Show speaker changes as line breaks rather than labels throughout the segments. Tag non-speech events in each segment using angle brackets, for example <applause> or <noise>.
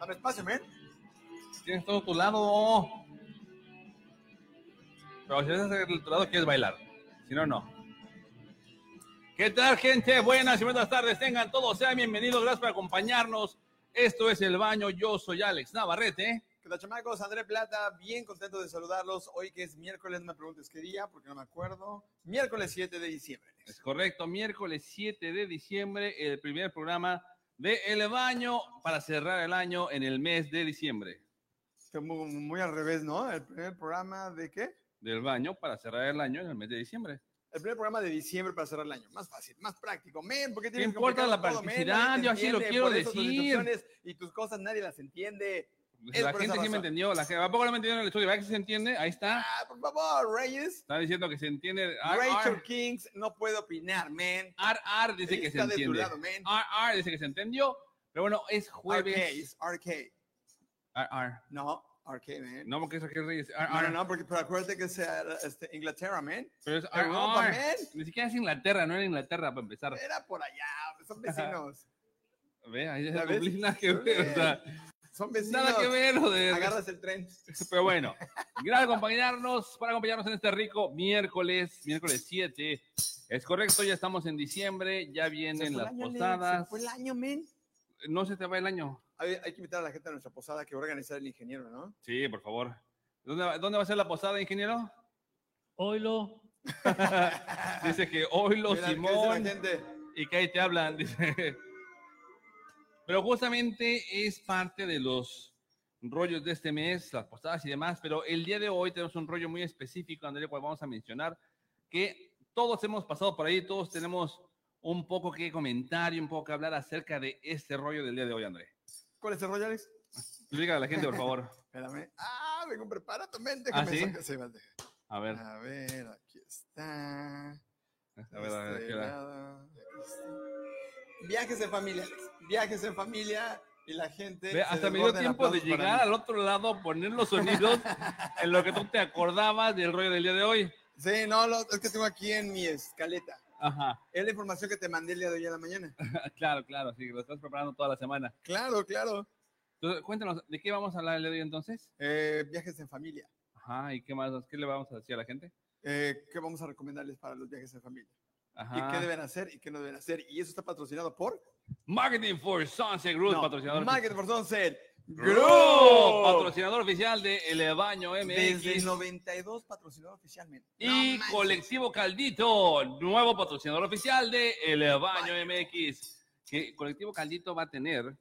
A ver, páseme.
Tienes todo tu lado. Pero si estás de tu lado, quieres bailar. Si no, no. ¿Qué tal, gente? Buenas y buenas tardes. Tengan todos, sean bienvenidos. Gracias por acompañarnos. Esto es El Baño. Yo soy Alex Navarrete.
¿Qué tal, chamacos? André Plata, bien contento de saludarlos. Hoy que es miércoles, no me preguntes qué día, porque no me acuerdo. Miércoles 7 de diciembre.
Es correcto, miércoles 7 de diciembre, el primer programa de El Baño para cerrar el año en el mes de diciembre.
Está Muy, muy al revés, ¿no? El primer programa de qué?
Del baño para cerrar el año en el mes de diciembre.
El primer programa de diciembre para cerrar el año. Más fácil, más práctico. Men, ¿por qué tienes
¿Qué
que
importa
complicarlo
la
todo, men?
practicidad?
Nadie te
Yo así lo
entiende,
quiero
por eso tus
decir.
instrucciones y tus cosas nadie las entiende. Es
la
por esa
gente sí
razón.
me entendió. La gente, ¿A poco no me entendió en el estudio? ¿Verdad que sí se entiende? Ahí está.
Ah, por favor, Reyes.
Está diciendo que se entiende. Ar,
Rachel
ar,
Kings no puede opinar, man.
ar, ar, dice que se
Está de tu
entiende. Ah,
lado, man.
Ar, ar, dice que se entendió. Pero bueno, es
RK,
jueves.
it's RK.
Ar, ar.
No, RK, man.
No, porque es Raquel Reyes. Ar,
No,
ar.
no, no, porque pero acuérdate que sea este, Inglaterra, man.
Pero es ar,
Europa,
ar.
man.
Ni siquiera es Inglaterra, no era Inglaterra para empezar.
Era por allá, son vecinos.
Ve, ahí
¿Ya
es
ves?
nada que ver. O sea,
Son vecinos.
nada que ver. lo de-
Agarras el tren.
<laughs> Pero bueno, gracias por acompañarnos, para acompañarnos en este rico miércoles, miércoles 7. Es correcto, ya estamos en diciembre, ya
Se
vienen
fue
las
el año, Alex, se
posadas.
Fue el año, men.
No se te va el año.
Hay, hay que invitar a la gente a nuestra posada que va a organizar el ingeniero, ¿no?
Sí, por favor. ¿Dónde, va- dónde va a ser la posada, ingeniero?
Oilo,
<laughs> Dice que hoy los
Mira, ¿qué dice la
Simón
gente?
y que ahí te hablan, <laughs> dice. Pero justamente es parte de los rollos de este mes, las posadas y demás, pero el día de hoy tenemos un rollo muy específico, André, cual vamos a mencionar, que todos hemos pasado por ahí, todos tenemos un poco que comentar y un poco que hablar acerca de este rollo del día de hoy, André.
¿Cuál es el rollo, Alex?
Explícale a la gente, por favor.
Espérame. Ah, vengo, prepara tu mente.
¿Ah, sí? A ver,
A ver, aquí está.
a ver, a ver,
Este
¿qué era?
lado, de aquí está. Viajes en familia, Alex. Viajes en familia y la gente.
Ve,
se
hasta me dio
desborda en
tiempo de
aplausos para
llegar
mí.
al otro lado a poner los
<laughs>
sonidos en lo que tú te acordabas del rollo del día de hoy.
Sí, no, lo- es que tengo aquí en mi escaleta.
Ajá,
Es la información que te mandé el día de hoy a la
<laughs>
mañana.
claro, claro, sí, lo estás preparando toda la semana.
Claro, claro.
Entonces, cuéntanos, ¿de qué vamos a hablar el día de hoy entonces?
Eh, viajes en familia.
Ajá, ¿y qué más? ¿Qué le vamos a decir a la gente?
Eh, ¿Qué vamos a recomendarles para los viajes en familia?
Ajá.
¿Y qué deben hacer y qué no deben hacer? Y eso está patrocinado por.
Marketing for Sunset Group,
No,
patrocinador.
Market for Sunset
Group,
Group.
patrocinador oficial de El Baño
Desde el
MX
92, patrocinado oficialmente.
y
No manches.
Colectivo Caldito, nuevo patrocinador oficial de El Baño MX. Que Colectivo Caldito va a tener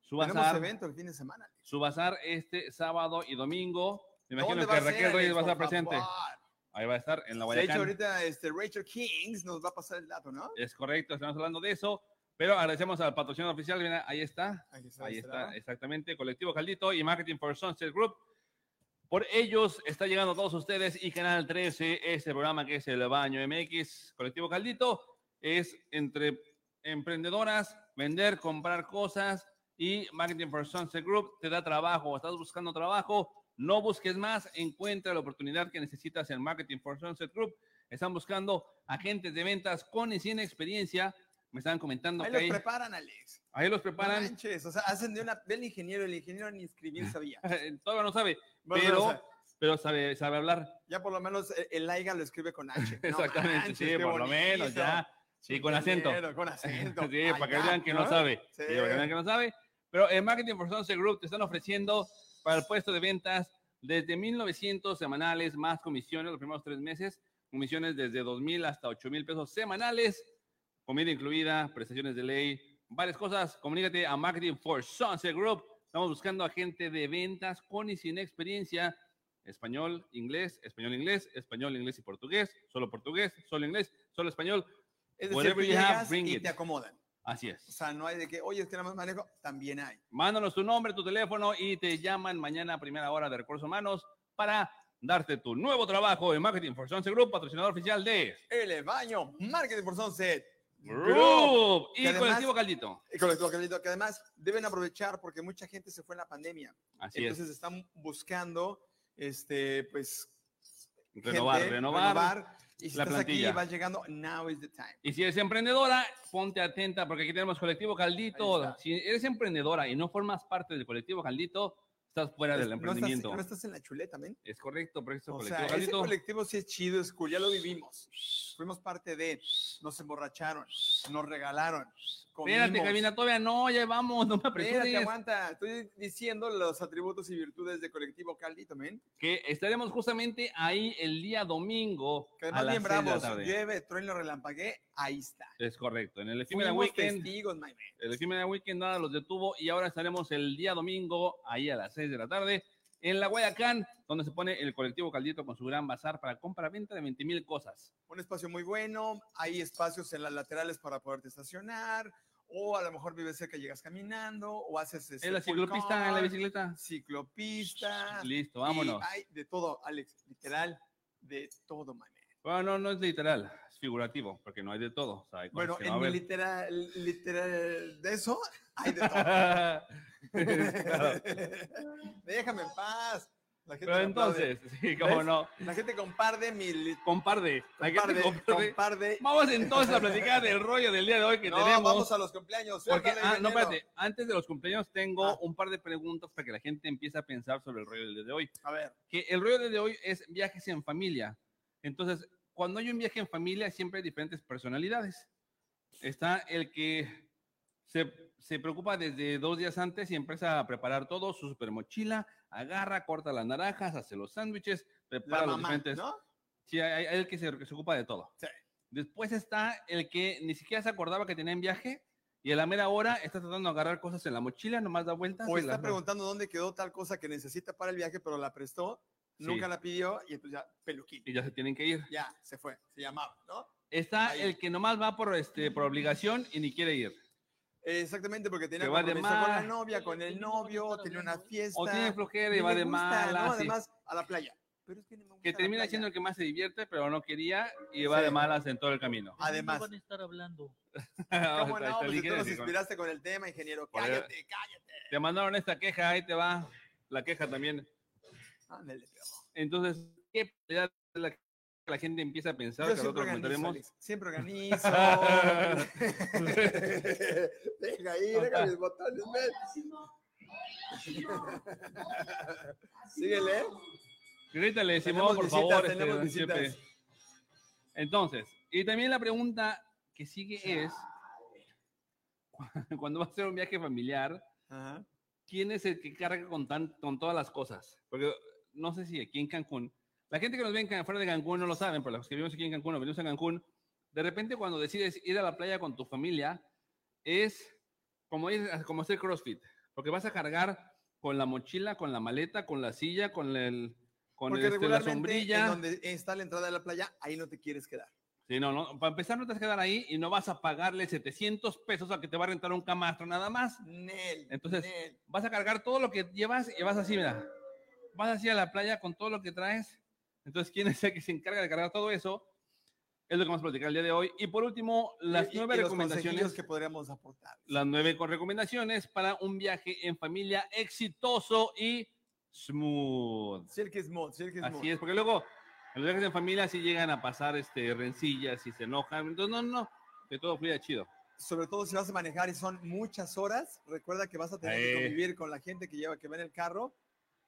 su
Tenemos
bazar,
evento el fin de semana.
su bazar este sábado y domingo. Me imagino
¿Dónde
que
va a ser,
Raquel Reyes va a
Alex,
estar
por
presente.
favor?
Ahí va a estar en la
De hecho,
Guayacán.
ahorita este, Rachel Kings nos va a pasar el dato, ¿no?
Es correcto, estamos hablando de eso. Pero agradecemos al patrocinador oficial, mira, ahí está,
Ahí está.
ahí está, exactamente, Colectivo Caldito y Marketing for Sunset Group. Por ellos está llegando a todos ustedes y Canal 13, este programa que es el Baño MX, Colectivo Caldito, es entre emprendedoras, vender, comprar cosas y Marketing for Sunset Group te da trabajo, estás buscando trabajo, no busques más, encuentra la oportunidad que necesitas en Marketing for Sunset Group. Están buscando agentes de ventas con y sin experiencia. Me estaban comentando
Ahí
que ahí,
los preparan, Alex.
ahí los
No
preparan.
manches, o sea, hacen de una del ingeniero, el ingeniero ni
<laughs>
escribir sabía.
Todavía no sabe,
Bueno,
Pero-
o sea,
pero sabe, sabe hablar.
ya por lo menos el- el Aiga lo escribe con H. No
<laughs> Exactamente,
manches,
sí,
qué
por lo menos
bonito.
ya. Sí, con acento.
Ingeniero, Con acento.
<laughs> Sí, para que
Aiga,
vean que no
¿no?
sabe.
Sí.
Sí, para que vean que no sabe. Pero en Marketing for Sunset Group te están ofreciendo para el puesto de ventas desde 1900 semanales más comisiones los primeros tres meses, comisiones desde 2000 hasta 8000 pesos semanales, comida incluida, prestaciones de ley, varias cosas. Comunícate a Marketing for Sunset Group. Estamos buscando a gente de ventas con y sin experiencia. Español, inglés, español, inglés, español, inglés y portugués, solo portugués, solo inglés, solo español.
Es decir,
Whatever
tú
you have,
llegas
bring
y
it.
te acomodan.
Así es.
O sea, no hay de que, oye, es que nada más manejo. También hay.
Mándanos tu nombre, tu teléfono y te llaman mañana a primera hora de Recursos Humanos para darte tu nuevo trabajo en Marketing for Sunset Group, patrocinador oficial de
El baño, marketing por Sunset.
Group y
Que además-
Colectivo Caldito.
Y con el Caldito, que además deben aprovechar porque mucha gente se fue en la pandemia.
Así es.
Entonces están buscando, este, pues,
Renovar,
gente,
renovar
Y si
la
estás
plantilla.
aquí, vas llegando, now is the time.
Y si eres emprendedora, ponte atenta porque aquí tenemos colectivo
Ahí
Caldito.
está.
Si eres emprendedora y no formas parte del colectivo Caldito, estás fuera del
No estás-
emprendimiento.
No estás, en la chuleta, men.
Es correcto, por eso
O
colectivo
sea, ese
Caldito.
colectivo sí es chido, es cool, ya lo vivimos. Fuimos parte de, nos emborracharon, nos regalaron, comimos.
Espérate, Cabina, todavía no, ya vamos, no me
Espérate,
apresures.
aguanta. Estoy diciendo los atributos y virtudes de colectivo Caldito, men.
Que estaremos justamente ahí el día domingo
Que
a
además
las
bien
seis de la
bravos,
tarde.
llueve, trueno, relampagué, ahí está.
Es correcto, en el Ephemera
Fuimos
Weekend.
testigos, my man.
El Ephemera Weekend nada los detuvo y ahora estaremos el día domingo ahí a las 6 de la tarde en la Guayacán, donde se pone el colectivo Caldito con su gran bazar para compra-venta de 20 mil cosas.
un espacio muy bueno, hay espacios en las laterales para poderte estacionar, o a lo mejor vives cerca y llegas caminando, o haces... este,
¿En la
full
ciclopista? ¿En la
car,
bicicleta?
Ciclopista.
Listo, vámonos.
Y hay de todo, Alex, literal, de todo, man.
Bueno, no, no es literal, es figurativo, porque no hay de todo. o sea, hay cosas
Bueno,
que no
en
va
mi
a
literal, literal de eso, hay de todo.
<laughs> haber. Claro.
<laughs> Déjame en paz. La gente,
Pero
me aplaude.
entonces, sí, cómo
¿Ves?
no,
la gente comparte mi... li-
comparde. la gente
Comparde,
comparde.
comparde.
Vamos entonces a platicar del rollo del día de hoy que
no,
tenemos.
vamos a los cumpleaños.
Porque,
suéltale,
ah, no,
veneno.
espérate, antes de los cumpleaños tengo
Ah.
un par de preguntas para que la gente empiece a pensar sobre el rollo del día de hoy.
A ver,
Que el rollo del día de hoy es viajes en familia. Entonces, cuando hay un viaje en familia, siempre hay diferentes personalidades. Está el que se, se preocupa desde dos días antes y empieza a preparar todo, su super mochila, agarra, corta las naranjas, hace los sándwiches, prepara
la
los
mamá,
diferentes.
¿no?
Sí, hay, hay el que se, que se ocupa de todo.
Sí.
Después está el que ni siquiera se acordaba que tenía en viaje y a la mera hora está tratando de agarrar cosas en la mochila, nomás da vueltas.
O
y
está
las-
preguntando dónde quedó tal cosa que necesita para el viaje, pero la prestó,
Sí.
nunca la pidió y entonces ya, peluquín.
Y ya se tienen que ir.
Ya, se fue, se llamaba, ¿no?
Está
Ahí.
el que nomás va por, este, por obligación y ni quiere ir.
Eh, Exactamente, porque tenía
Que va de
compromiso con la
mal.
novia, con el novio, tenía una fiesta.
O tiene flojera y
ni
va
le
de
gusta,
mala.
¿no?
sí.
Además, a la playa. Pero es que no me gusta
Que
la
termina
playa.
siendo el que más se divierte, pero no quería y va
Sí.
de malas en todo
<laughs>
el camino.
Además.
Pues, van a estar hablando.
<laughs>
¿Cómo
Está-
no?
está
Pues si tú nos
ligero, digo.
inspiraste con el tema, ingeniero.
Por el-
Cállate, cállate.
Te mandaron esta queja, ahí te va la queja también.
Ándale, tío.
Entonces, ¿qué prioridad es la que la gente empieza a
Yo
pensar? que al
siempre
otro
organizo,
comentaremos.
Alex, siempre organizo.
<laughs>
<laughs> Deja ahí, deja mis botones. ven. <laughs> Síguele. ¿eh?
Grítale, Simón,
Tenemos
por
visitas,
favor.
tenemos
este,
visitas.
siempre. Entonces, y también la pregunta que sigue es, <laughs> cuando vas a hacer un viaje familiar,
Ajá.
¿quién es el que carga con, tan, con todas las cosas? Porque no sé si aquí en Cancún, la gente que nos ve en Can- fuera de Cancún no lo saben, pero los que vivimos aquí en Cancún o venimos a Cancún, de repente cuando decides ir a la playa con tu familia, es como, ir, a- como hacer CrossFit, porque vas a cargar con la mochila, con la maleta, con la silla, con el... Con
Porque
este, la
regularmente
sombrilla.
en donde está la entrada de la playa, ahí no te quieres quedar.
Sí, no, no. Para empezar, no te vas a quedar ahí y no vas a pagarle 700 pesos a que te va a rentar un camastro nada más.
Nel,
Entonces,
Nel.
Vas a cargar todo lo que llevas y vas así, mira. Vas así a la playa con todo lo que traes. Entonces, ¿quién es el que se encarga de cargar todo eso? Es lo que vamos a platicar el día de hoy. Y por último, las
Y- y-
nueve
y los
recomendaciones.
consejillos que podríamos aportar.
Las nueve con recomendaciones para un viaje en familia exitoso y smooth.
Silk is mode, silk is
Así
mode.
es, porque luego en los viajes en familia sí llegan a pasar este, rencillas y se enojan. Entonces, no, no, que todo fluya chido.
Sobre todo si vas a manejar y son muchas horas, recuerda que vas a tener que
Eh.
convivir con la gente que lleva, que va en el carro,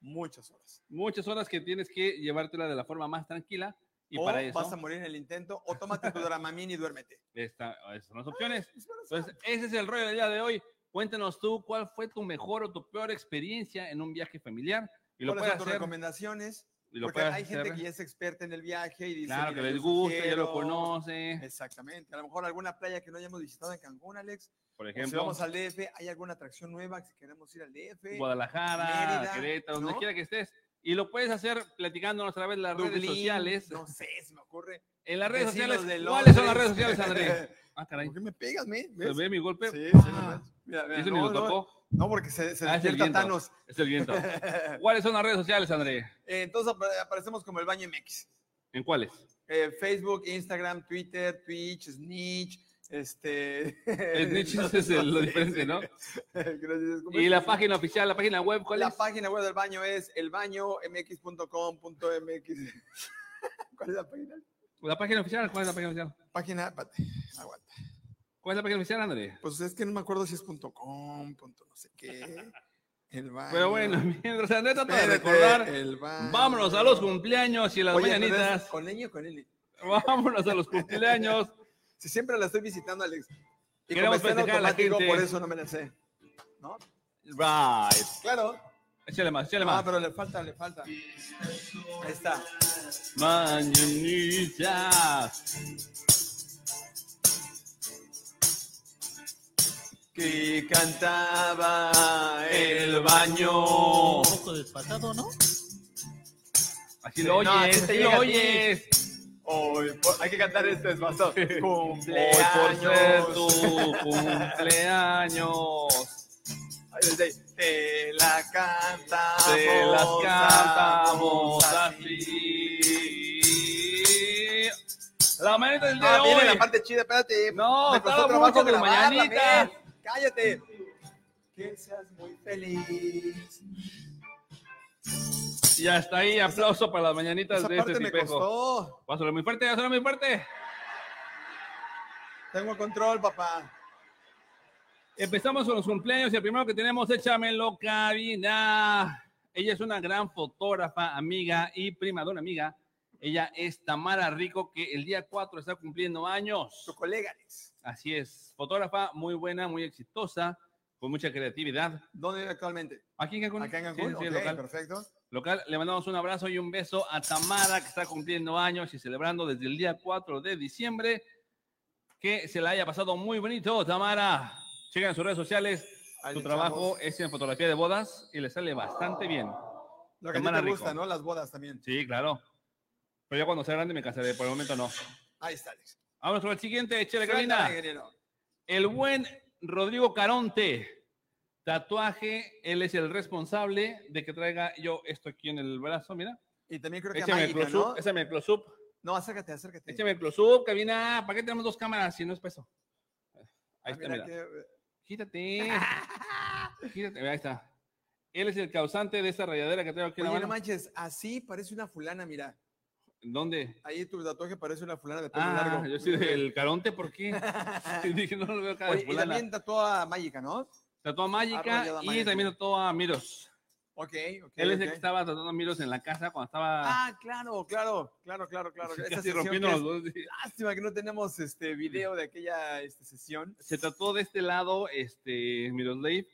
muchas horas.
muchas horas que tienes que llevártela de la forma más tranquila y
o
para eso
vas a morir en el intento, o tómate tu Dramamine y
<laughs>
duérmete. Pues,
esta- esas son las opciones. Entonces, ese es el rollo del día de hoy. Cuéntanos tú cuál fue tu mejor o tu peor experiencia en un viaje familiar y lo
¿Cuáles
puedes
son tus
hacer.
recomendaciones?
Y lo
Porque
puedes
hay gente
hacer.
que ya es experta en el viaje y dice,
claro, que
"Mira,
les
yo Este,
gusta, ya
sugiero".
lo conoce.
Exactamente. A lo mejor alguna playa que no hayamos visitado en Cancún, Alex.
Por
O si
ejemplo,
vamos al DF, hay alguna atracción nueva que si queremos ir al DF.
Guadalajara,
Mérida,
Querétaro,
¿no?
donde quiera que estés. Y lo puedes hacer platicándonos a través de las redes
Dublín,
sociales.
No sé, se me ocurre.
En las redes
Vecinos
sociales,
de
¿cuáles son las redes
Londres.
sociales,
<laughs>
André? Ah, caray.
¿Por qué me pegas, me?
¿Se
¿Ves?
ve mi golpe?
Sí, sí,
Ah,
no, mira, mira,
eso ni
no,
lo
no,
tocó.
no, porque se, se
Ah, es el
despierta
viento.
Thanos.
Es el
<laughs>
viento. ¿Cuáles son las redes sociales, André?
Eh, Entonces apare- aparecemos como el baño MX.
¿En cuáles?
Eh, Facebook, Instagram, Twitter, Twitch, Snitch, este... <laughs>
El nicho ese es el- lo diferente, ¿no?
Gracias, ¿cómo
Y
es?
la página oficial, la página web, ¿cuál
La
es?
página web del baño es elbañomx.com.mx. <laughs> ¿Cuál es la página?
¿La página oficial? ¿Cuál es la página oficial?
Página, espérate, aguanta.
¿Cuál es la página oficial, André?
Pues es que no me acuerdo si es punto .com, punto no sé qué. El baño.
Pero bueno, <laughs> mientras André trata de
Espérate,
recordar,
el baño.
vámonos a los cumpleaños y a las
Oye, ¿no eres
mañanitas.
¿Con leña o con L?
<laughs> Vámonos a los cumpleaños.
Si siempre la estoy visitando, Alex. Y como
Queremos
está en
festejar a la
automático,
gente.
por eso no me la sé. ¿No?
Right.
Claro.
Échale más, échale
Ah,
más.
pero le falta, le falta. Ahí está.
Mañanitas.
Que cantaba
el baño.
Un poco despasado, ¿no?
Así lo oyes,
No, así te
así
llega
lo
a ti.
oyes.
Hoy, por- hay que cantar este desbastado.
Hoy por ser tu
Cumpleaños.
cumpleaños.
Ay, ay, ay. Te la cantamos. Ah,
Te las cantamos Ah,
así.
así. La manita del día
Ah,
de
viene
hoy.
la parte chida, espérate.
No,
Me costó
estaba
trabajo
mucho de
grabarla,
mañanita.
men. Cállate. Que seas muy feliz.
Y hasta ahí, aplauso para las mañanitas
Esa
de este
parte me
tipejo.
costó.
Pásalo muy fuerte, pásalo muy fuerte.
Tengo control, papá.
Empezamos con los cumpleaños y el primero que tenemos es Chamelo Cabina. Ella es una gran fotógrafa, amiga y prima de una amiga. Ella es Tamara Rico, que el día 4 está cumpliendo años.
Tu colega, Alex.
Así es, fotógrafa muy buena, muy exitosa, con mucha creatividad.
¿Dónde vive actualmente?
Aquí en Cancún.
Acá en
Sí,
Cancún.
sí,
Ok,
local.
perfecto.
Local, le mandamos un abrazo y un beso a Tamara, que está cumpliendo años y celebrando desde el día 4 de diciembre. Que se la haya pasado muy bonito, Tamara. Chequen sus redes sociales.
Ahí
Su
le echamos.
trabajo es en fotografía de bodas y le sale bastante bien.
Lo que a ti
Tamara
te gusta,
Rico.
¿no? Las bodas también.
Sí, claro. Pero ya cuando sea grande me cansaré, por el momento no.
Ahí está, Alex.
Vamos con el siguiente, Échale,
Suéltame,
Karina.
ingeniero.
El buen Rodrigo Caronte. Tatuaje, él es el responsable de que traiga yo esto aquí en el brazo, mira.
Y también creo que a
Échame el
Mágica, ¿no?
close-up, échame el close-up,
No, acércate, acércate.
échame el close-up, cabina. ¿Para qué tenemos dos cámaras si no es peso?
Ah,
Ahí está,
mira
mira.
que-
Quítate. Quítate, ahí está. Él es el causante de esta rayadera que traigo aquí en la
Oye, no
mano.
manches, así parece una fulana, mira.
¿Dónde?
Ahí tu tatuaje parece una fulana de pelo
Ah,
largo.
yo soy del Caronte, ¿por
<laughs>
qué?
Oye,
Dije, no lo veo cada vez.
y también tatuó a Mágica, ¿no?
Tatuó
Arrollado
a Mágica
a
y
Mágica.
también tatuó a Miros.
Ok, ok.
Él es el
ok.
que estaba tratando a Miros en la casa cuando estaba
Ah, claro, claro, claro, claro,
<laughs>
claro. Esta
casi
sesión
rompiendo
que es-
los dos.
Lástima que no tenemos este video de aquella este, sesión.
Se trató de este lado, este, Miroslave.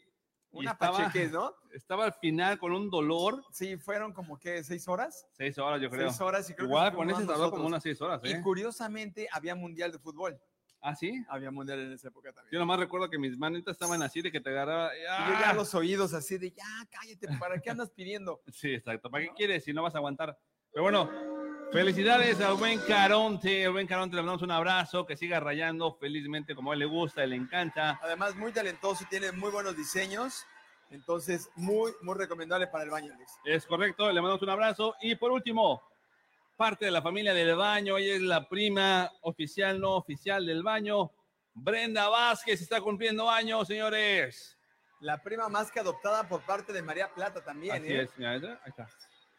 y
Una
estaba, <laughs>
pacheques, ¿no?
estaba al final con un dolor,
Sí, fueron como que seis horas.
seis horas yo creo.
Seis horas y creo que
Igual
nos
con
fuimos
ese
más
tardó como
nosotros.
unas seis horas, ¿eh?
Y curiosamente había mundial de fútbol.
¿Ah, sí?
Había mundial en esa época también.
Yo nomás recuerdo que mis manitas estaban así de que te agarraba.
Y yo ya
¡ah!
los oídos así de ya, cállate, ¿para qué andas pidiendo?
Sí, exacto. ¿Para qué quieres si no vas a aguantar? Pero bueno, felicidades al buen Caronte. Al buen Caronte le mandamos un abrazo, que siga rayando felizmente como a él le gusta, le encanta.
Además, muy talentoso, tiene muy buenos diseños. Entonces, muy, muy recomendable para el baño, Luis.
Es correcto, le mandamos un abrazo. Y por último, parte de la familia del baño, ella es la prima oficial, no oficial del baño. Brenda Vázquez está cumpliendo años, señores.
La prima más que adoptada por parte de María Plata también,
Así
¿eh?
es, mira, ahí está.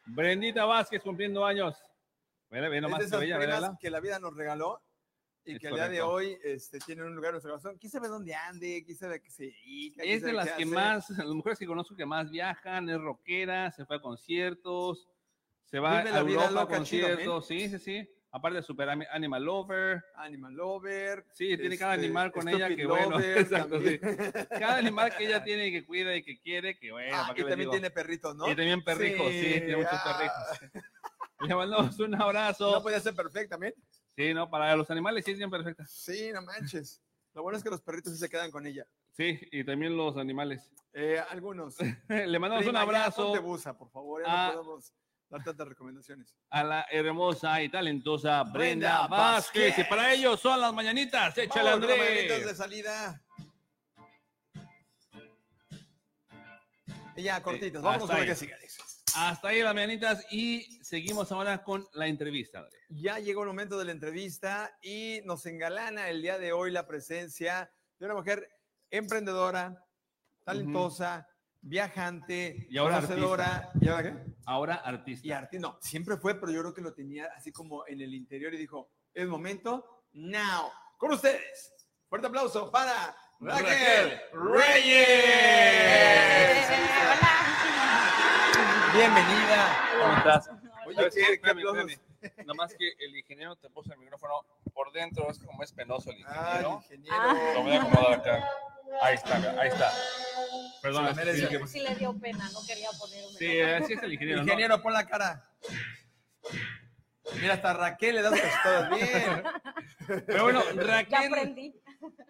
Brendita Vázquez cumpliendo años. Mira, ve
Es
nomás,
de
se
esas
veía,
primas
mírala.
que la vida nos regaló y
Es
que al día de
correcto.
hoy este, tienen un lugar en nuestro corazón. Quise ver dónde ande, quise ver que se dedica, quién
Es de
sabe
las
qué
que
hace.
más, las mujeres que conozco que más viajan, es rockera, se fue a conciertos, se va
Vive
a
la vida
Europa a
loca, chido,
conciertos, sí, sí, sí. Aparte, super ami- animal lover,
Animal Lover.
sí, tiene cada
este,
animal con ella
Stupid
que bueno, <laughs>
Lover
exacto, sí.
también.
Cada animal que ella tiene y que cuida y que quiere, que bueno,
Ah,
¿para
y
qué les
también
digo?
tiene perritos, ¿no?
Y también perrijos, sí, tiene muchos
ah,
perrijos. <laughs> Le mandamos un abrazo.
No pues. podía ser perfectamente.
Sí, no, para los animales sí es bien perfecta.
Sí, no manches. Lo bueno es que los perritos sí se quedan con ella.
Sí, y también los animales. <laughs>
Eh, algunos.
Le
Prima,
mandamos un
ya ponte
abrazo
busa, por favor. Ya
Ah.
no podemos dar tantas recomendaciones.
a la hermosa y talentosa Brenda
Brenda
Vázquez. Y
Vázquez.
para ellos son las mañanitas. Échale,
Vamos,
Andrés.
romanitos de salida. Y ya, cortitos.
Eh,
Vamos
hasta
a ver
ahí.
qué sigue, Alex.
Hasta ahí las mañanitas y seguimos ahora con la entrevista. André.
Ya llegó el momento de la entrevista y nos engalana el día de hoy la presencia de una mujer emprendedora, talentosa, viajante,
Y ahora
conocedora. ¿Y ahora qué?
ahora artista.
Y Arti, no, siempre fue, pero yo creo que lo tenía así como en el interior y dijo, es momento, now. Con ustedes, fuerte aplauso para Raquel,
Raquel
Reyes. Bienvenida.
¿Cómo estás?
Oye,
¿Sabes
qué-
qué?
qué
Espérame,
aplausos.
espérame. Nomás que el ingeniero te puso el micrófono por dentro, es como es penoso el
Ay,
ingeniero. Lo voy a
ingeniero.
acomodar acá. Ahí está, ahí está. Perdón,
Se la merece.
sí,
que- eh,
Sí le dio pena, no quería ponerme.
sí, así es el ingeniero. ¿no?
Ingeniero, pon la cara. Mira, hasta Raquel le da sus
<laughs>
todas bien.
Pero bueno,
Ya
Raquel,
aprendí.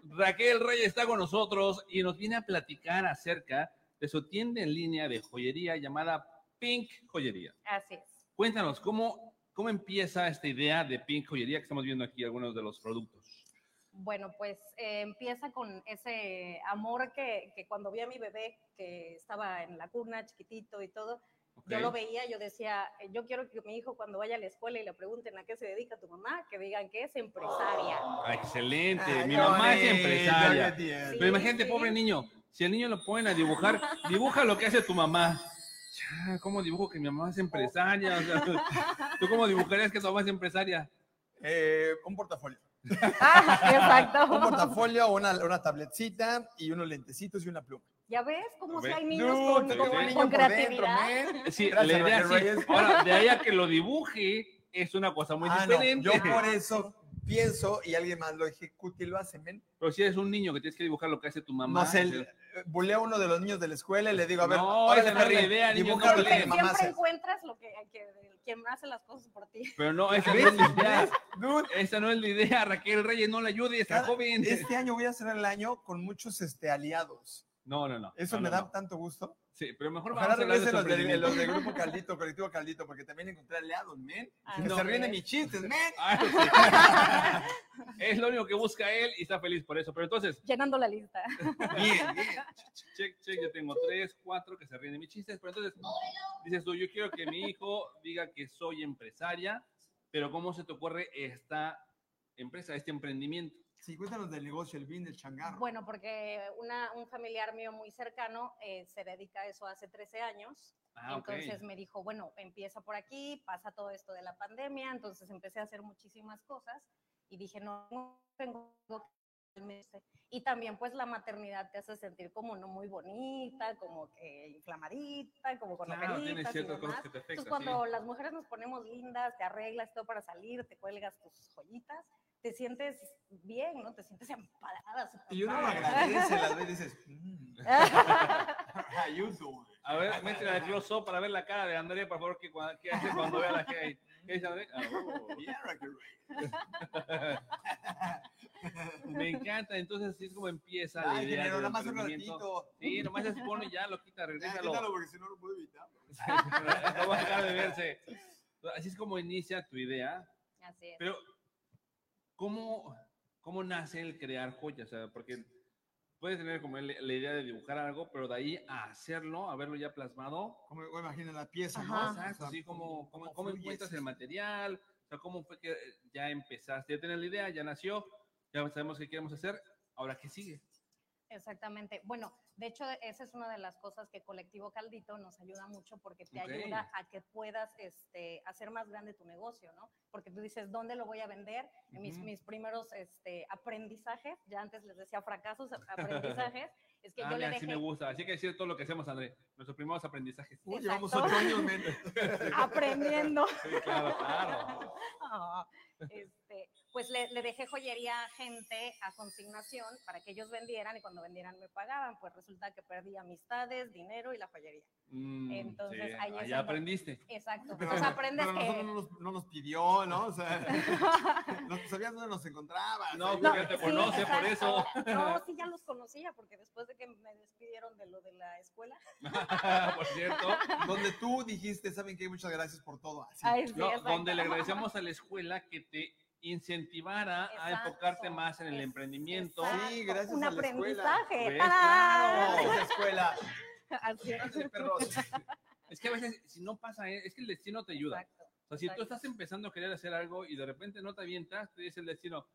Raquel Reyes está con nosotros y nos viene a platicar acerca de su tienda en línea de joyería llamada Pink Joyería.
Así es.
Cuéntanos, ¿cómo, cómo empieza esta idea de Pink Joyería que estamos viendo aquí algunos de los productos?
Bueno, pues eh, empieza con ese amor que, que cuando vi a mi bebé, que estaba en la cuna, chiquitito y todo,
¿ok?
yo lo veía, yo decía, eh, yo quiero que mi hijo cuando vaya a la escuela y le pregunten a qué se dedica tu mamá, que digan que es empresaria.
Ah, excelente,
Ay,
mi
qué
mamá es
bonito,
empresaria.
qué tierno.
Pero imagínate,
Sí, sí.
pobre niño, si al niño lo ponen a dibujar, dibuja lo que hace tu mamá. Ya, ¿Cómo dibujo que mi mamá es empresaria? O sea, <laughs> ¿Tú cómo dibujarías que tu mamá es empresaria?
Eh, un portafolio.
<laughs>
Un
exacto.
portafolio, una, una tabletcita y unos lentecitos y una pluma.
¿Ya ves cómo si
Ve-
hay niños
No,
con,
te
tocó
con-
un
niño
con
por dentro,
creatividad?
man.
Sí,
Gracias,
la idea
Raquel
sí.
Reyes. <laughs>
Ahora, de ahí a que lo dibuje es una cosa muy
Ah, no,
diferente.
Yo por eso pienso y alguien más lo ejecute y lo hace, men.
Pero si eres un niño que tienes que dibujar lo que hace tu mamá.
No sé,
o
el-
sea,
buleo a uno de los niños de la escuela y le digo, a ver,
No,
órale,
esa no es la
Ferre,
idea, niño,
dibuja
no
lo que
buleo.
Siempre,
mi mamá
siempre
hace.
encuentras lo que, que- quien hace las cosas por ti. <laughs>
Pero no, esa no
¿Ves?
es la
<laughs>
idea.
Dude,
Esa no es la idea. Raquel Reyes, no la ayudes, está
Cada-
joven.
Este año voy a cerrar el año con muchos este, aliados.
No, no, no.
Eso
no,
me
no,
da
no.
tanto gusto.
Sí, pero mejor
Ojalá
vamos a hablar de
regresen los de,
emprendimiento.
los de Grupo Caldito, Colectivo Caldito, porque también encontré aliados, men.
Ah,
Que
no,
se ríen de
¿ves?
mis chistes, men.
<laughs> Ah, sí.
<laughs>
es lo único que busca él y está feliz por eso. Pero entonces,
Llenando la lista. <laughs>
Bien, bien.
check, check, yo tengo tres, cuatro que se ríen de mis chistes. Pero entonces, dices tú, yo quiero que mi hijo diga que soy empresaria, pero ¿cómo se te ocurre esta empresa, este emprendimiento?
Sí, cuéntanos del negocio, el bien del changarro.
Bueno, porque una, un familiar mío muy cercano eh, se dedica a eso hace 13 años.
Ah, ok.
Entonces me dijo, bueno, empieza por aquí, pasa todo esto de la pandemia. Entonces empecé a hacer muchísimas cosas y dije, no, no tengo que me guste". y también pues la maternidad te hace sentir como no muy bonita, como que inflamadita, como con
Claro, tiene
agujeritas y
ciertas cosas
demás.
que te afectan.
Entonces,
sí.
cuando las mujeres nos ponemos lindas, te arreglas todo para salir, te cuelgas tus joyitas, te sientes bien, ¿no? Te sientes <laughs> emparada.
Y uno lo
superpower.
agradece, las veces dices, mmm, <laughs>
<laughs>
how you doing?
A ver, métela al close up para ver la cara de Andrea, por favor, que cua-
<laughs>
¿qué hace cuando vea la que hay? ¿Qué dice Andrea? Ah, oh.
Yeah, Rocky Ray.
Me encanta, entonces así es como empieza la
Ay,
idea
ingeniero,
del
nada más un
emprendimiento.
ratito.
Sí, nomás es pone ya, lo quita,
Ya,
regrésalo.
quítalo porque si no lo puedo evitar.
no va a dejar de verse. Así es como inicia tu idea,
Así es.
pero ¿cómo, cómo nace el crear joyas? O sea, porque puedes tener como la la idea de dibujar algo, pero de ahí a hacerlo, a verlo ya plasmado,
Como o imagina la pieza, ¿no?
Ajá.
O sea,
Exacto, sí, como, como, cómo
fluye,
encuentras
sí,
el
sí.
material, o sea, cómo fue que eh, ya empezaste, ya tenías la idea, ya nació, ya sabemos qué queremos hacer, ahora qué sigue.
Exactamente. Bueno, de hecho, esa es una de las cosas que Colectivo Caldito nos ayuda mucho porque te
Ok.
ayuda a que puedas este, hacer más grande tu negocio, ¿no? Porque tú dices, ¿dónde lo voy a vender? Mis,
Ujú.
mis primeros este, aprendizajes, ya antes les decía fracasos,
<laughs>
aprendizajes, es que
Ah, mira,
yo le
así
dejé
me gusta, así hay que decir todo lo que hacemos, André, nuestros primeros aprendizajes.
Uy, llevamos
Exacto.
ocho años, men.
<laughs>
aprendiendo. <laughs>
Sí, claro, claro.
Ah, este, pues le, le dejé joyería a gente a consignación para que ellos vendieran y cuando vendieran me pagaban. Pues resulta que perdí amistades, dinero y la joyería.
Mm,
Entonces,
sí,
ahí es
allá
en-
aprendiste.
Exacto.
Pero,
o
pues
sea, aprendes
pero nosotros no
que.
nos, no nos pidió, ¿no? O sea,
<laughs>
no sabías dónde nos encontrabas.
No,
Ahí,
porque ya te
sí,
conoce, por eso.
exacto. No, sí, ya los conocía, porque después de que me despidieron de lo de la escuela.
<laughs>
<laughs>
por cierto.
Donde tú dijiste, ¿saben qué? Muchas gracias por todo. Así.
Ay, sí,
No,
exacto.
donde le agradecemos a la escuela que te incentivara a
Exacto,
enfocarte más en el
es-
emprendimiento.
exacto,
Sí, gracias
Un
a la
aprendizaje.
escuela. Ves,
No,
¡Tarán!
esa escuela.
<laughs> Así es.
Ándale, perros.
Es que a veces, si no pasa, eh, es que el destino te ayuda.
Exacto,
O sea, si tú
exacto.
estás empezando a querer hacer algo y de repente no te avientas, te dice el destino,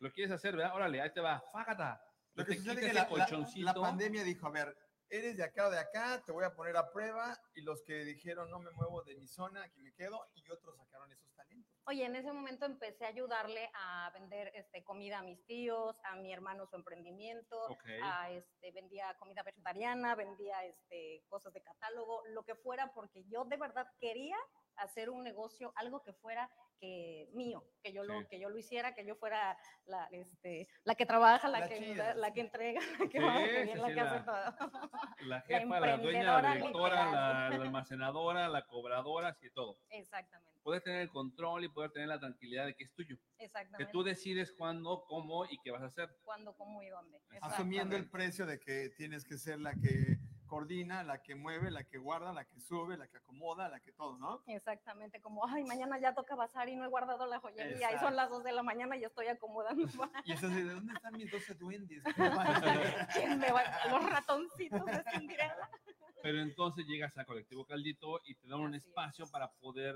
lo quieres hacer, ¿verdad? Órale, ahí te va, fágata.
Lo
Te
que sucede
quitas
es que la,
el
la-
colchoncito.
la pandemia dijo, a ver, eres de acá o de acá, te voy a poner a prueba. Y los que dijeron, no me muevo de mi zona, aquí me quedo, y otros sacaron esos talentos.
Oye, en ese momento empecé a ayudarle a vender este, comida a mis tíos, a mi hermano su emprendimiento,
Ok.
a, este, vendía comida vegetariana, vendía este, cosas de catálogo, lo que fuera, porque yo de verdad quería hacer un negocio, algo que fuera que mío, que yo
Sí.
lo que yo lo hiciera, que yo fuera la, este, la que trabaja, la,
La
que
chida.
la que entrega, <laughs> la que
Sí,
va a venir,
sí,
la
sí,
que hace
la-
todo. <laughs>
La jefa, la dueña, la
emprendedora
directora, la,
literal.
la almacenadora, la cobradora, así todo.
Exactamente,
Poder tener el control y poder tener la tranquilidad de que es tuyo. Que
exactamente.
tú decides cuándo, cómo y qué vas a hacer.
Cuándo, cómo y dónde.
Asumiendo el
Exactamente.
precio de que tienes que ser la que coordina, la que mueve, la que guarda, la que sube, la que acomoda, la que todo, ¿no?
Exactamente, como, ay, mañana ya toca bazar y no he guardado la joyería y
Exacto.
son las 2 de la mañana y estoy acomodando <laughs> para
Y es así, ¿de dónde están mis 12
<laughs>
duendes? ¿Cómo van a ser?
que me va- los ratoncitos de Cinderella.
Pero entonces llegas al colectivo Caldito y te dan un
Así
espacio
es.
para poder,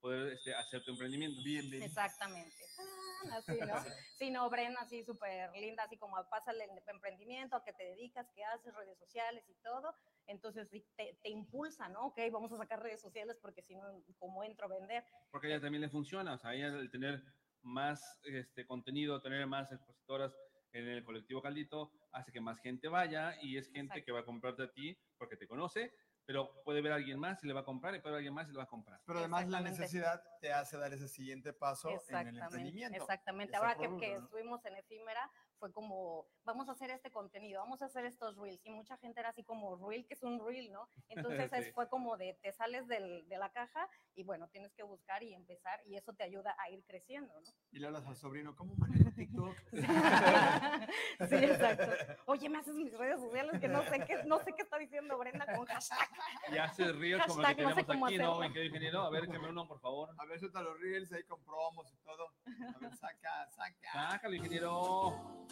poder este, hacer tu emprendimiento.
Bienvenido.
Exactamente. Tan, Así, ¿no?
<laughs>
Sí, no, Bren, así súper linda, así como pásale el emprendimiento, a qué te dedicas, qué haces, redes sociales y todo. Entonces sí, te, te impulsa, ¿no? Ok, vamos a sacar redes sociales porque si no, ¿cómo entro a vender?
Porque a ella también le funciona. O sea, a ella el tener más este, contenido, tener más expositoras en el colectivo Caldito, hace que más gente vaya y es gente que va a comprarte a ti porque te conoce, pero puede ver a alguien más y le va a comprar y puede ver a alguien más y le va a comprar.
Pero además la
Exactamente.
necesidad te hace dar ese siguiente paso en el
Exactamente,
emprendimiento.
exactamente.
Esa
Ahora que,
prórroga,
que
¿no?
estuvimos en Efímera, fue como, vamos a hacer este contenido, vamos a hacer estos reels. Y mucha gente era así como, reel, que es un reel,
<laughs>
¿no? Entonces
Sí.
es- fue como de, te sales del- de la caja y bueno, tienes que buscar y empezar y eso te ayuda a ir creciendo, ¿no?
Y le hablas al sobrino, ¿cómo manejo TikTok?
<laughs> sí, exacto. Oye, me haces mis redes sociales que no sé qué, no sé qué está diciendo Brenda con hashtag.
Y
<laughs>
hace ríos como el que
Hashtag no sé
tenemos
cómo
aquí, ¿no?
hacerlo.
Mi querido ingeniero, a ver, échame uno, por favor.
A ver, suelta los reels ahí con promos y todo. A ver, saca, saca.
Sácalo, ingeniero.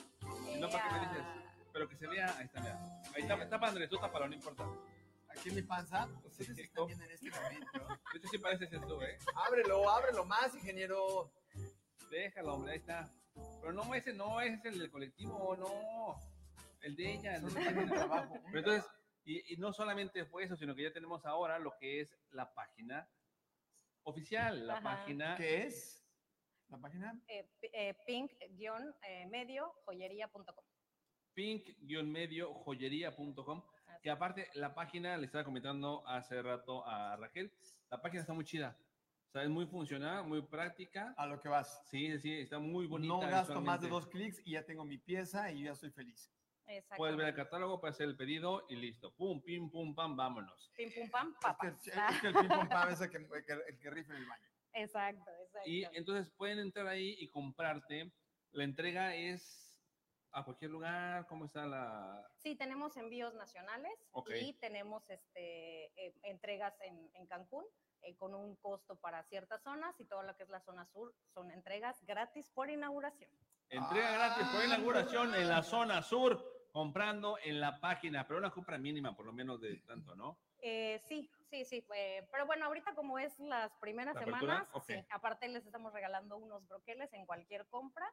Si no, ¿para qué me dices?
Ea.
Pero que se vea, ahí está, mira. Ahí está, tapa Andrés, tú tápalo, no importa.
Aquí en mi panza. Ustedes
Sí,
están
¿cómo?
viendo en este momento.
De hecho, sí pareces tú, ¿eh?
Ábrelo, ábrelo más, ingeniero.
Déjalo, hombre, ahí está. Pero no, ese no, ese es el del colectivo, no. El de ella. el
Solo
de
tiene un
ella.
trabajo.
Pero entonces, y, y no solamente fue eso, sino que ya tenemos ahora lo que es la página oficial, la
Ajá.
página
¿Qué es? ¿La página?
Eh, pi- eh, pink-medio joyería.com.
pink-mediojoyería.com. Que aparte, la página, le estaba comentando hace rato a Raquel, la página está muy chida. O sea, es muy funcional, muy práctica.
A lo que vas.
Sí, sí, sí, está muy bonita.
No gasto más de
visualmente.
dos clics y ya tengo mi pieza y yo ya soy feliz.
Puedes ver el
Exactamente.
catálogo, puedes hacer el pedido y listo. Pum, pim, pum, pam, vámonos.
Pim pum pam, Ah, papá.
Es que, el- es que el ping pong pam es el que, el que, el que rifa en el baño.
Exacto, exacto.
Y entonces pueden entrar ahí y comprarte. La entrega es a cualquier lugar. ¿Cómo está la...?
Sí, tenemos envíos nacionales
Ok.
y tenemos este, eh, entregas en, en Cancún eh, con un costo para ciertas zonas y todo lo que es la zona sur son entregas gratis por inauguración.
Entrega gratis por inauguración en la zona sur, comprando en la página, pero una compra mínima, por lo menos de tanto, ¿no?
Eh, sí, sí, sí. eh, pero bueno, ahorita como es las primeras
¿La apertura?
semanas,
Ok.
sí, aparte les estamos regalando unos broqueles en cualquier compra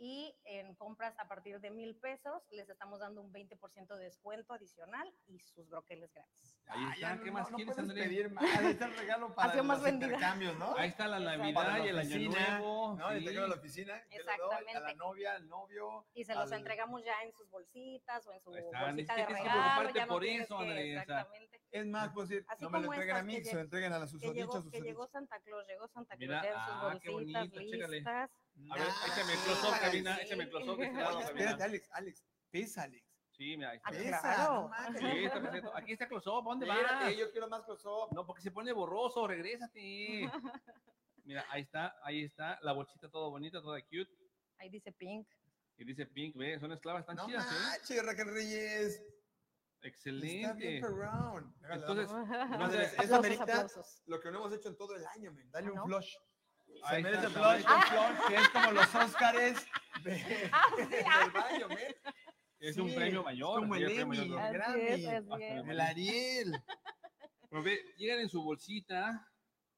y en compras a partir de mil pesos les estamos dando un 20% de descuento adicional y sus broqueles gratis.
Ahí
Ah,
está.
ya
¿Qué
no-
más
no
quieres,
puedes
Andrés?
pedir más. Ahí está el
<laughs>
regalo para
sido más
los
vendida.
intercambios, ¿no?
Ahí está la
Exacto.
Navidad
Para
y
la
el Año
oficina,
Nuevo.
¿No? Le
sí.
entrego a la oficina, yo le doy a la
Exactamente.
novia, al novio.
Y se los
al-
entregamos ya en sus bolsitas o en su
Ahí está, ni
bolsita de
siquiera tienes que
regalo.
preocuparte
Ya no
por
tienes
eso,
que-
Andrea, o sea,
exactamente.
Es más, pues decir,
Así
no me lo
como
entreguen a
estas
mí,
que
se lo
lle-
entreguen a las sus
Que
susodichas.
llegó, que llegó Santa Claus, llegó Santa Claus
Mira,
ya en sus
ah, qué
bolsitas
bonito, chécale.
listas.
A ver, échame el
Ah,
close-up, Cabina,
sí.
échame el close-up. de este lado,
Oye, espérate,
Cabina.
Alex, Alex, pesa, Alex.
Sí, mira, ahí está.
Ah,
Sí,
Pesa,
claro.
no mames.
está perfecto. Aquí está close-up, ¿dónde vas?
Espérate, yo quiero más close-up.
No, porque se pone borroso,
<laughs>
regrésate. Mira, ahí está, ahí está, la bolsita toda bonita, toda cute.
<laughs> Ahí dice Pink.
Y dice Pink, ve, son esclavas tan
No
chidas, ¿eh?
manches, Raquel Reyes. Está bien,
Excelente.
perrón.
Entonces,
<laughs>
no sé,
aplausos,
eso merita-
aplausos.
lo que no hemos hecho en todo el año, men. Dale
¿Ah,
un
no? <laughs>
flush.
Ahí
se
está,
merece el
está,
flush, un flush, que es como los Óscares de,
Ah, sí,
del
ah,
baño, men.
es un
Sí,
premio mayor.
es como
sí,
el
premio
Emmy.
mayor.
así es,
Grammy.
así es.
Hasta
El Ariel.
Pero ve, llegan en su bolsita,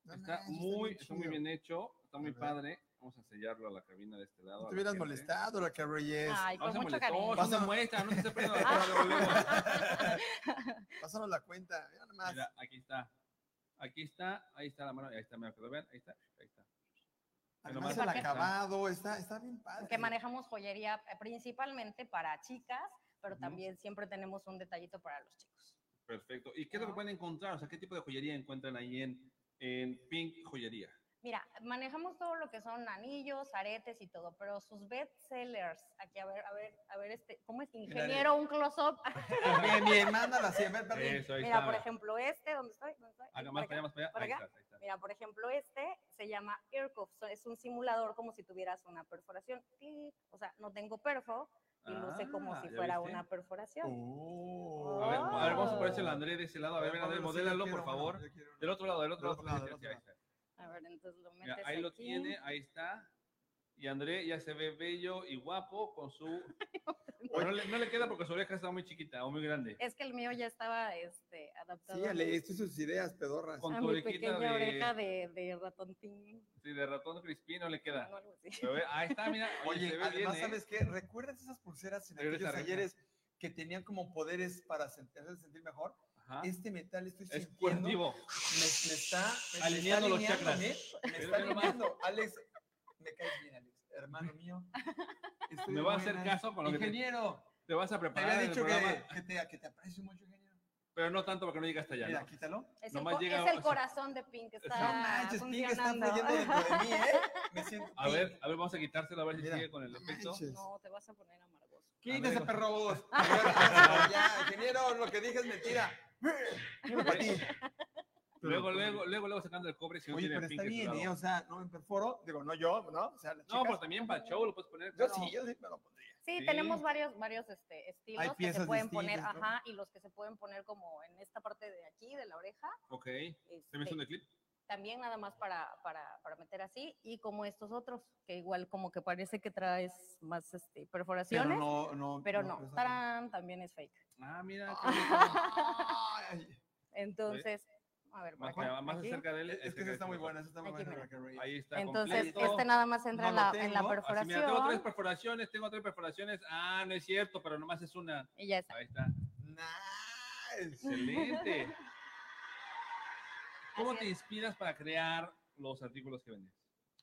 No
está
manches,
muy, está muy
chido.
bien hecho, está muy
¿Verdad?
padre. Vamos a sellarlo a la cabina de este lado.
No
a
te
la
hubieras
gente.
molestado, la que Reyes.
Ay,
No
con
se
mucho
molestó,
cariño. Ah.
es una
Pásame.
muestra, no se esté poniendo de acuerdo, luego.
<laughs> Pásanos la cuenta, mira nomás.
Mira, aquí está. Aquí está, ahí está la mano, ahí está, mira, que lo vean, ahí está, ahí está.
Además,
nomás.
el acabado, está, está bien padre.
que manejamos joyería eh, principalmente para chicas, pero
Ujú.
también siempre tenemos un detallito para los chicos.
Perfecto. ¿Y qué es lo que
Ah.
pueden encontrar? O sea, ¿qué tipo de joyería encuentran ahí en, en Pink Joyería?
Mira, manejamos todo lo que son anillos, aretes y todo, pero sus bestsellers, aquí a ver, a ver, a ver, este, ¿cómo es? Ingeniero, un close-up. Ah,
Bien, bien, mándala así, a ver, perdón.
Eso, ahí
Mira,
está. Ah,
por ejemplo, este, ¿dónde estoy? ¿Dónde estoy? Ahí,
Acá
por
más
acá.
para allá, más para allá.
¿Por
Ahí
acá?
está, ahí está.
Mira, por ejemplo, este se llama Aircuff, so- es un simulador como si tuvieras una perforación. Clic, O sea, no tengo perfo y luce como
Ah,
si
¿ya
fuera
viste?
una perforación.
Oh.
A ver, a ver, vamos a
Oh.
ponerse el André de ese lado. A ver, ven,
Pablo,
André,
sí, yo
modélalo,
quiero
por
uno,
favor.
yo quiero uno.
Del otro lado, del otro
Del
lado.
otro lado,
sí, sí,
del
ahí
otro
está.
A ver, entonces lo metes
Mira, ahí lo
aquí.
tiene, ahí está. Y André ya se ve bello y guapo con
<laughs>
su... Bueno, no, le, no le queda porque su oreja está muy chiquita o muy grande.
Es que el mío ya estaba este, adaptado.
Sí, Ale, esto es sus ideas pedorras.
Con-
a
tu
mi
orejita
pequeña
de-
oreja de, de ratontín.
Sí, de ratón crispino le queda.
o algo así.
Pero, eh, ahí está, mira. Oye,
Oye,
se ve
además,
bien, ¿eh?
¿sabes qué? ¿Recuerdas esas pulseras en
Regresa,
aquellos talleres
regresa.
que tenían como poderes para sent- hacer sentir mejor?
Ajá. Ah. Es,
Este metal estoy sintiendo, me,
curativo.
me está me- me
Alineando los
está
chakras.
alineando, ¿eh? Me
Mira
está
nomás.
alineando. Alex, me caes bien, Alex. Hermano mío. estoy
Me
de
va a hacer
buenas.
caso con lo que te-
Ingeniero,
Te vas a
te
preparar. en
había
el
dicho
programa,
que, que te, que te aprecio mucho, ingeniero.
Pero no tanto porque no llegaste allá.
Mira,
¿no?
quítalo.
<laughs> Es, el,
Nomás
co-
llega-
es
o sea,
el corazón de Pink, está
No manches, Pink está
funcionando.
fluyendo
<laughs>
dentro de mí, ¿eh? Me siento
A ver, a ver, vamos a quitárselo a ver si
Mira.
sigue con el efecto.
manches.
no, te vas a poner amargoso.
A
Quítese,
ver.
perros. A ver, hazlo ya, ingeniero, lo que dije es mentira. Mira para ti.
Luego, luego, luego, luego sacando el cobre si no
Oye,
tiene
pero
pink
está
en su
bien,
lado.
¿eh? O sea, no me perforo. Digo, no yo, ¿no? O sea, las
No, pues, pero
chicas.
también para el show lo puedes poner.
Yo
claro.
sí, yo sí pues, me lo pondría.
Sí,
Sí.
tenemos varios, varios este, estilos que se
piezas
pueden poner,
distintas, ¿no?
ajá, y los que se pueden poner como en esta parte de aquí, de la oreja,
Ok. ¿Se me
este,
Eh,
hizo un clip?
también nada más para, para, para meter así, y como estos otros, que igual como que parece que traes más este, perforaciones, pero no,
no, no. esa-
tarán, también es fake.
Ah, mira. qué bonito.
Ay,
Entonces, a ver, por
Más,
acá,
para- más
aquí.
acerca de él.
Es que
acerca
esa
de
está muy
su-
buena, esa está muy
Aquí,
buena.
mira.
Raquel Reyes.
Ahí está.
Entonces,
completo.
este nada más entra
No
en,
lo
la, en la
tengo, así,
Así, mira, tengo tres
perforación,
perforaciones, tengo tres perforaciones. Ah, no es cierto, pero nomás es una.
y ya está.
Ahí está.
Nice.
<laughs>
Excelente. ¿Cómo
Así
te
es. Pues,
inspiras para crear los artículos que vendes?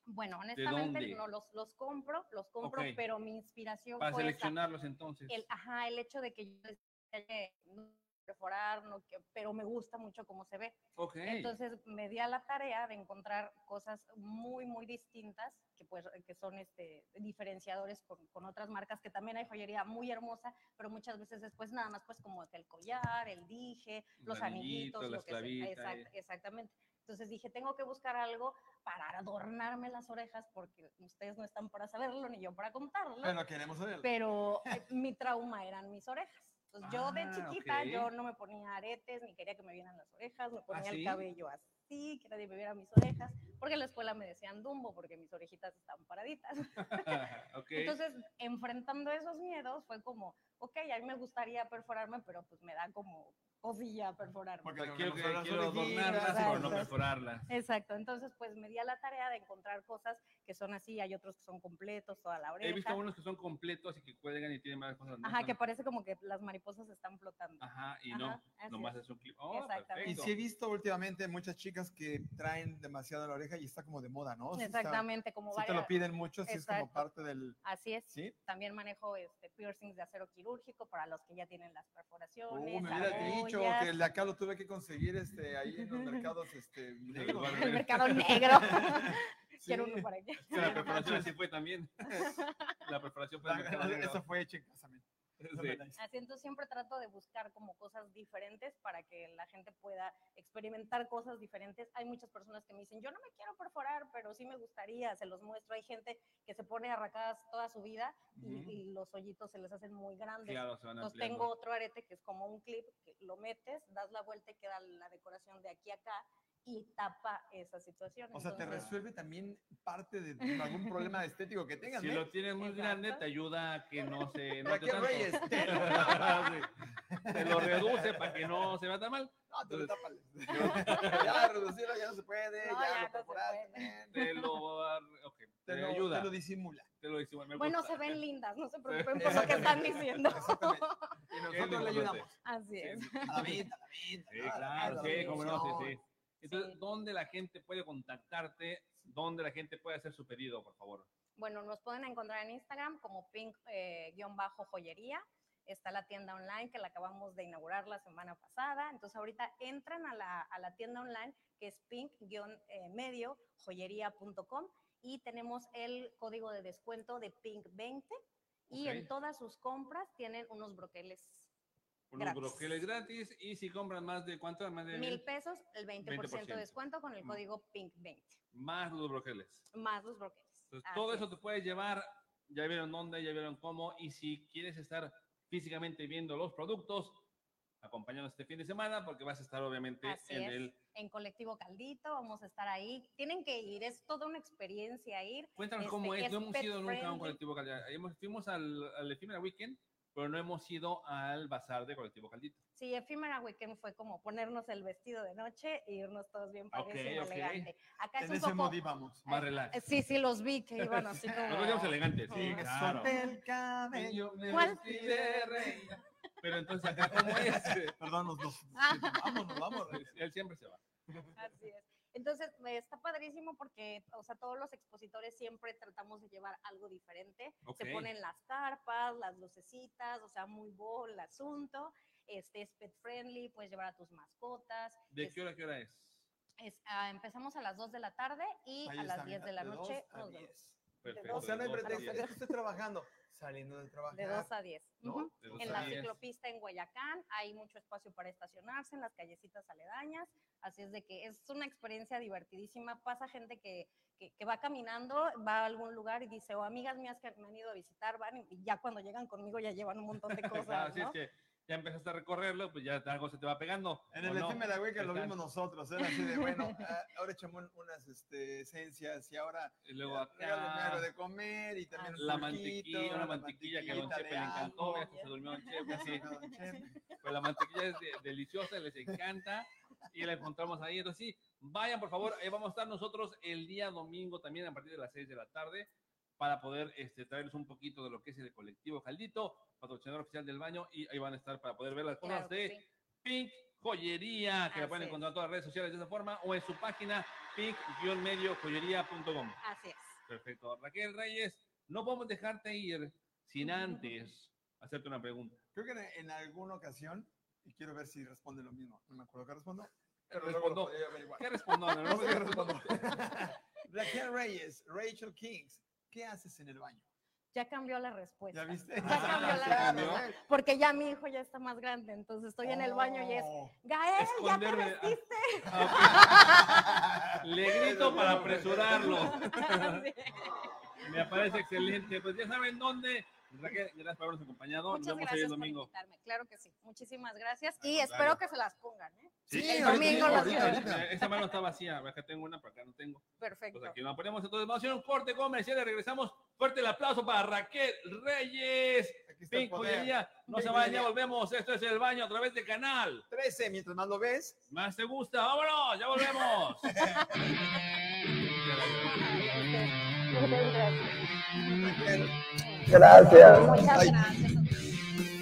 Bueno, honestamente
dónde?
no los, los compro, los compro,
Ok.
pero mi inspiración
Para
fue esa.
seleccionarlos entonces.
el, ajá, el hecho de que yo decía que no quiero perforar, no que- pero me gusta mucho cómo se ve.
Ok.
Entonces me di a la tarea de encontrar cosas muy, muy distintas que, pues, que son este, diferenciadores con, con otras marcas, que también hay joyería muy hermosa, pero muchas veces después nada más pues como que el collar, el dije, los
El anillito,
anillitos,
la
lo que sea.
esclavita,
Exact-
eh.
exactamente. Entonces dije, tengo que buscar algo para adornarme las orejas porque ustedes no están para saberlo ni yo para contarlo
Bueno, queremos oírlo.
pero eh, mi trauma eran mis orejas. Entonces, yo de
Ah,
chiquita,
ok.
yo no me ponía aretes, ni quería que me vieran las orejas, me
¿Ah,
ponía
sí?
el cabello así, que nadie me viera mis orejas, porque en la escuela me decían Dumbo, porque mis orejitas estaban paraditas.
<laughs> ok.
Entonces, enfrentando esos miedos, fue como, ok, a mí me gustaría perforarme, pero pues me da como cosilla perforarme.
O
Porque
sea,
lo
quiero,
queremos oír
que-
las
quiero
orejitas,
adornarlas,
¿verdad?
pero no
entonces-
perforarlas.
Exacto, entonces pues me di a la tarea de encontrar cosas que son así, hay otros que son completos, toda la oreja.
He visto unos que son completos y que cuelgan y tienen varias cosas. ¿no?
Ajá, que
Están-
parece como que las mariposas están flotando.
Ah,
Ajá, y
Ajá,
no.
así
Nomás
es.
es un clip. Oh,
Exactamente.
Y
perfecto.
sí he visto últimamente muchas chicas que traen demasiado la oreja y está como de moda, ¿no? oh, Sí está-
Exactamente, como
Sí te lo
varias-
piden mucho, sí es como
Exacto.
parte del...
Así es.
¿Sí?
También manejo este, piercings de acero quirúrgico para los que ya tienen las
Uh,
perforaciones.
me hubieras dicho
ampollas,
que el de acá lo tuve que conseguir este, ahí en los mercados este, negros.
lugar
<laughs>
<laughs>
El
negro.
mercado negro.
Sí.
Quiero uno para aquí.
Es que la perforación así fue
<laughs>
también. La perforación fue.
La-
del mercado negro.
Esa fue hecha en Casamento. Esa me
Sí.
la hice.
Así entonces siempre trato de buscar como cosas diferentes para que la gente pueda experimentar cosas diferentes. Hay muchas personas que me dicen, yo no me quiero perforar, pero sí me gustaría, se los muestro. Hay gente que se pone arracadas toda su vida y,
Ujú.
y los hoyitos se les hacen muy grandes.
Claro, se van
Entonces
ampliando.
tengo otro arete que es como un clip, que lo metes, das la vuelta y queda la decoración de aquí a acá y tapa esa situación.
O sea, te
Entonces,
resuelve también parte de algún problema estético que tengas,
Si
¿eh?
lo tienes muy grande,
Exacto.
te ayuda a que no se. No te,
Raquel
tanto. <laughs>
Reyes, te lo,
Sí. Te lo reduce para que no se vea tan mal.
no, te lo tápale. <laughs> ya reducirlo ya no se puede,
No,
ya,
ya
lo
no se
perforaste,
puede.
man.
Te lo. ar- ok.
Te
Te
lo disimula.
Te lo disimula, me
Bueno,
gusta.
se ven lindas, no se preocupen por lo
<laughs>
que están diciendo.
Exactamente. Y
Es
nosotros
lo
le
importante.
ayudamos.
<laughs> Así es.
A la venta, a la venta.
Sí,
a la venta,
claro, Ah, sí, cómo no, sí, sí. Entonces,
Sí.
¿dónde la gente puede contactarte? ¿Dónde la gente puede hacer su pedido, por favor?
Bueno, nos pueden encontrar en Instagram como eh, pink-joyería. Está la tienda online que la acabamos de inaugurar la semana pasada. Entonces, ahorita entran a la, a la tienda online que es eh, pink-medio-joyería.com y tenemos el código de descuento de pink20 y en
Ok.
todas sus compras tienen unos broqueles
Unos
Gratis.
broqueles gratis y si compran más de cuánto, más de
mil pesos, el 20%,
20%.
de descuento con el
Mm.
código pink20
más los broqueles.
más los broqueles.
Entonces,
Así
todo eso
es.
te puede llevar, ya vieron dónde, ya vieron cómo, y si quieres estar físicamente viendo los productos, acompáñanos este fin de semana porque vas a estar obviamente
Así
en
es.
el...
en Colectivo Caldito, vamos a estar ahí. Tienen que ir, es toda una experiencia ir.
Cuéntanos
Este,
cómo es,
es
no hemos
pet
ido nunca a un
friendly.
colectivo Caldito. Hemos- Fuimos al, al Efímera Weekend, pero no hemos ido al bazar de colectivo Caldito.
Sí, Efímera Weekend fue como ponernos el vestido de noche e irnos todos bien
Ok,
padres y
ok.
elegante. Acá
En
es
ese
un
mood
poco...
íbamos.
Más
Eh,
relax.
eh, Sí, sí, los
<laughs>
vi que iban así como...
Nos veíamos elegantes, sí,
Como-
claro.
Suelta el cabello.
Yo me
¿Cuál?
vestí de reina. Pero entonces, acá, ¿cómo es? <laughs>
Perdón, los dos.
Ah.
Vámonos, vámonos.
Él siempre se va.
Así es. Entonces, eh, está padrísimo porque, o sea, todos los expositores siempre tratamos de llevar algo diferente.
Ok.
Se ponen las carpas, las lucecitas, o sea, muy bo el asunto. Este es pet friendly, puedes llevar a tus mascotas. este,
¿De
Es-
qué hora a qué hora es?
Es, ah, empezamos a las 2 de la tarde y
Ahí
a
está,
las 10
mira,
de la
dos
noche
a
nos vemos.
10.
Perfecto.
O sea, no hay
de dos a
pretexto.
diez.
Ya que estoy trabajando. Saliendo de trabajar.
De 2 a 10.
¿no?
ujú.
De dos
En
a
la
diez.
ciclopista en Guayacán hay mucho espacio para estacionarse, en las callecitas aledañas. Así es de que es una experiencia divertidísima. Pasa gente que, que, que va caminando, va a algún lugar y dice, o amigas mías que me han ido a visitar, van y- y ya cuando llegan conmigo ya llevan un montón
<laughs>
de
Claro,
Ah,
cosas.
así
¿no?
es que ya empezaste a recorrerlo, pues ya algo se te va pegando.
En
¿o
el
no?
efímera, güey, que lo
Están-
vimos nosotros. Era así de,
<laughs>
bueno, ah, ahora echamos un- unas este, esencias y ahora
Y
eh,
luego
regálame algo
acá,
de comer y también un
la
surquito,
mantequilla, una
la
mantequilla que a Don
mantequillita
Chepe
de
le encantó,
algo,
ya se durmió Don Chepe, <laughs>
algo, <laughs>
sí.
don Chepe.
Pues la mantequilla es de- deliciosa, les encanta y la encontramos ahí. Entonces, sí, vayan por favor, ahí vamos a estar nosotros el día domingo también a partir de las 6 de la tarde para poder este, traerles un poquito de lo que es el colectivo Caldito, patrocinador oficial del baño y ahí van a estar para poder ver las cosas
Claro que
de
sí.
Pink Joyería, que la
Así
pueden
es.
encontrar en todas las redes sociales de esa forma, o en su página pink-mediojoyería.com.
Así es.
Perfecto. Raquel Reyes, no podemos dejarte ir sin antes hacerte una pregunta.
Creo que en, en alguna ocasión, y quiero ver si responde lo mismo, no me acuerdo que respondo, pero luego lo
Respondo.
podría averiguar.
¿Qué
<laughs>
respondo? No,
No
no,
sé qué
no.
<laughs>
respondo. Raquel Reyes, Rachel Kings, ¿qué haces en el baño?
Ya cambió la respuesta.
¿Ya viste?
Ya
Ah,
<laughs>
cambió la
¿se
respuesta.
cambió?
Porque ya mi hijo ya está más grande, entonces estoy en el baño y es, <laughs>
Oh.
Gael, ya te
Esconderme, ah.
vestiste.
Ah, ok. Le grito para apresurarlo.
Así es.
<laughs>
Me parece excelente. Pues ya saben dónde. Raquel, gracias por habernos acompañado.
Muchas
Nos vemos ahí el
gracias por
domingo. pues,
invitarme, claro que sí. Muchísimas gracias
Al
y
contrario.
espero que se las pongan. ¿eh?
Sí,
el
ahorita,
domingo
ahorita,
las veo.
ahorita.
Esta mano está vacía. Acá tengo una, pero acá no tengo.
Perfecto.
Pues aquí nos ponemos entonces. Vamos a hacer un corte comercial y regresamos. Fuerte el aplauso para Raquel Reyes.
Aquí está el
Pink
Este poder.
Joyería. No
Pink
se vayan,
Joyería.
ya volvemos. Esto es el baño a través de canal.
13, mientras más lo ves,
Más te gusta. Vámonos, ya volvemos.
Muchas gracias.
Gracias.
Muchas gracias.